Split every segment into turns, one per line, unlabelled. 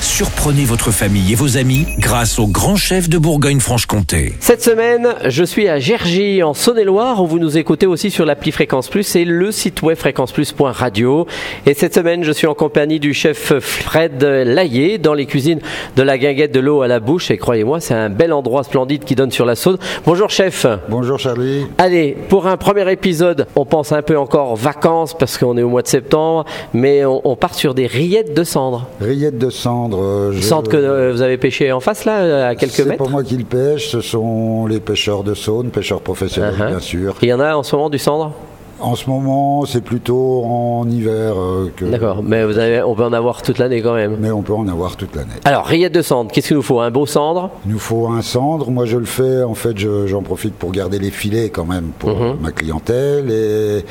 Surprenez votre famille et vos amis grâce au grand chef de Bourgogne-Franche-Comté.
Cette semaine, je suis à Gergy en Saône-et-Loire où vous nous écoutez aussi sur l'appli Fréquence Plus et le site web fréquenceplus.radio. Et cette semaine, je suis en compagnie du chef Fred Laillé dans les cuisines de la guinguette de l'eau à la bouche. Et croyez-moi, c'est un bel endroit splendide qui donne sur la Saône. Bonjour chef.
Bonjour Charlie.
Allez, pour un premier épisode, on pense un peu encore vacances parce qu'on est au mois de septembre, mais on, on part sur des rillettes de cendres.
Rillettes de cendres. euh, je-
Cendres que euh, vous avez pêchées en face là, à quelques
C'est
mètres.
pas moi qui le pêche, ce sont les pêcheurs de Saône, pêcheurs professionnels
Uh-huh.
bien sûr.
Il y en a en ce moment du cendre
En ce moment, c'est plutôt en hiver euh, que.
D'accord, mais vous avez, on peut en avoir toute l'année quand même.
Mais on peut en avoir toute l'année.
Alors, rillettes de cendre, qu'est-ce qu'il nous faut Un beau cendre
Il nous faut un cendre. Moi, je le fais. En fait, je- j'en profite pour garder les filets quand même pour
Uh-huh.
ma clientèle et,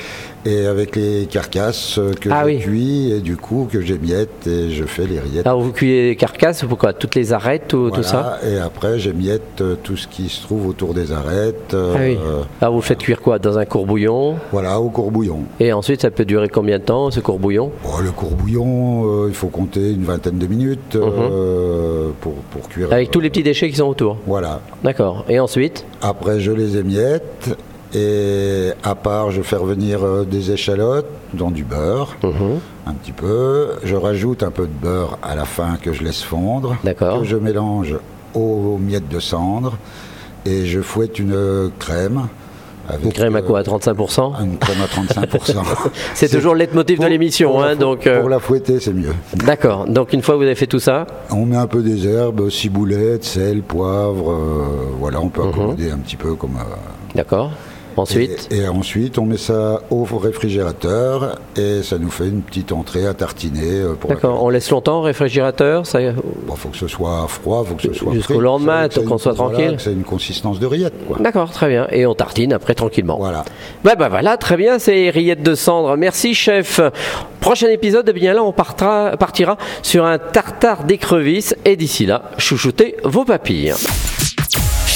et avec les carcasses euh, que
Ah
je
oui.
cuis et du coup que j'émiette et je fais les rillettes.
Alors, vous cuisez les carcasses, pourquoi Toutes les arêtes, tout, Ah, tout ça
Voilà. Et après, j'émiette euh, tout ce qui se trouve autour des arêtes. euh,
Ah oui.
euh,
Alors, vous le faites cuire quoi Dans un courbouillon
Voilà, au courbouillon.
Et ensuite, ça peut durer combien de temps, ce courbouillon
Bon, le courbouillon, euh, il faut compter une vingtaine de minutes euh, pour, pour cuire.
Mhm. Avec tous les petits déchets qui sont autour
Voilà.
D'accord. Et ensuite
Après, je les émiette. Et à part, je fais revenir euh, des échalotes dans du beurre,
Mhm.
un petit peu. Je rajoute un peu de beurre à la fin que je laisse fondre.
D'accord.
Que je mélange aux miettes de cendre. Et je fouette une euh, crème. Avec,
Une crème à
euh,
quoi À 35%
Une crème à 35%.
C'est toujours le leitmotiv de
pour-
l'émission,
pour la
hein,
fou-
donc... euh,
Pour la fouetter, c'est mieux.
D'accord. Donc, une fois que vous avez fait tout ça,
On met un peu des herbes, ciboulette, sel, poivre, euh, voilà, on peut
Mhm.
accommoder un petit peu comme. euh,
d'accord. Ensuite
et, et ensuite, on met ça au réfrigérateur et ça nous fait une petite entrée à tartiner. euh, pour la-
D'accord, on laisse longtemps au réfrigérateur, ça...
Bon, faut que ce soit froid, faut que ce soit
Jusqu'au
frais.
lendemain,
C'est- c'est
qu'on
une-
soit
voilà,
tranquille.
que C'est une consistance de rillette, quoi.
D'accord, très bien. Et on tartine après tranquillement.
Voilà.
Bah, bah voilà, très bien, c'est rillettes de cendre. Merci chef. Prochain épisode, eh bien là on partira, partira sur un tartare d'écrevisse et d'ici là, chouchoutez vos papilles.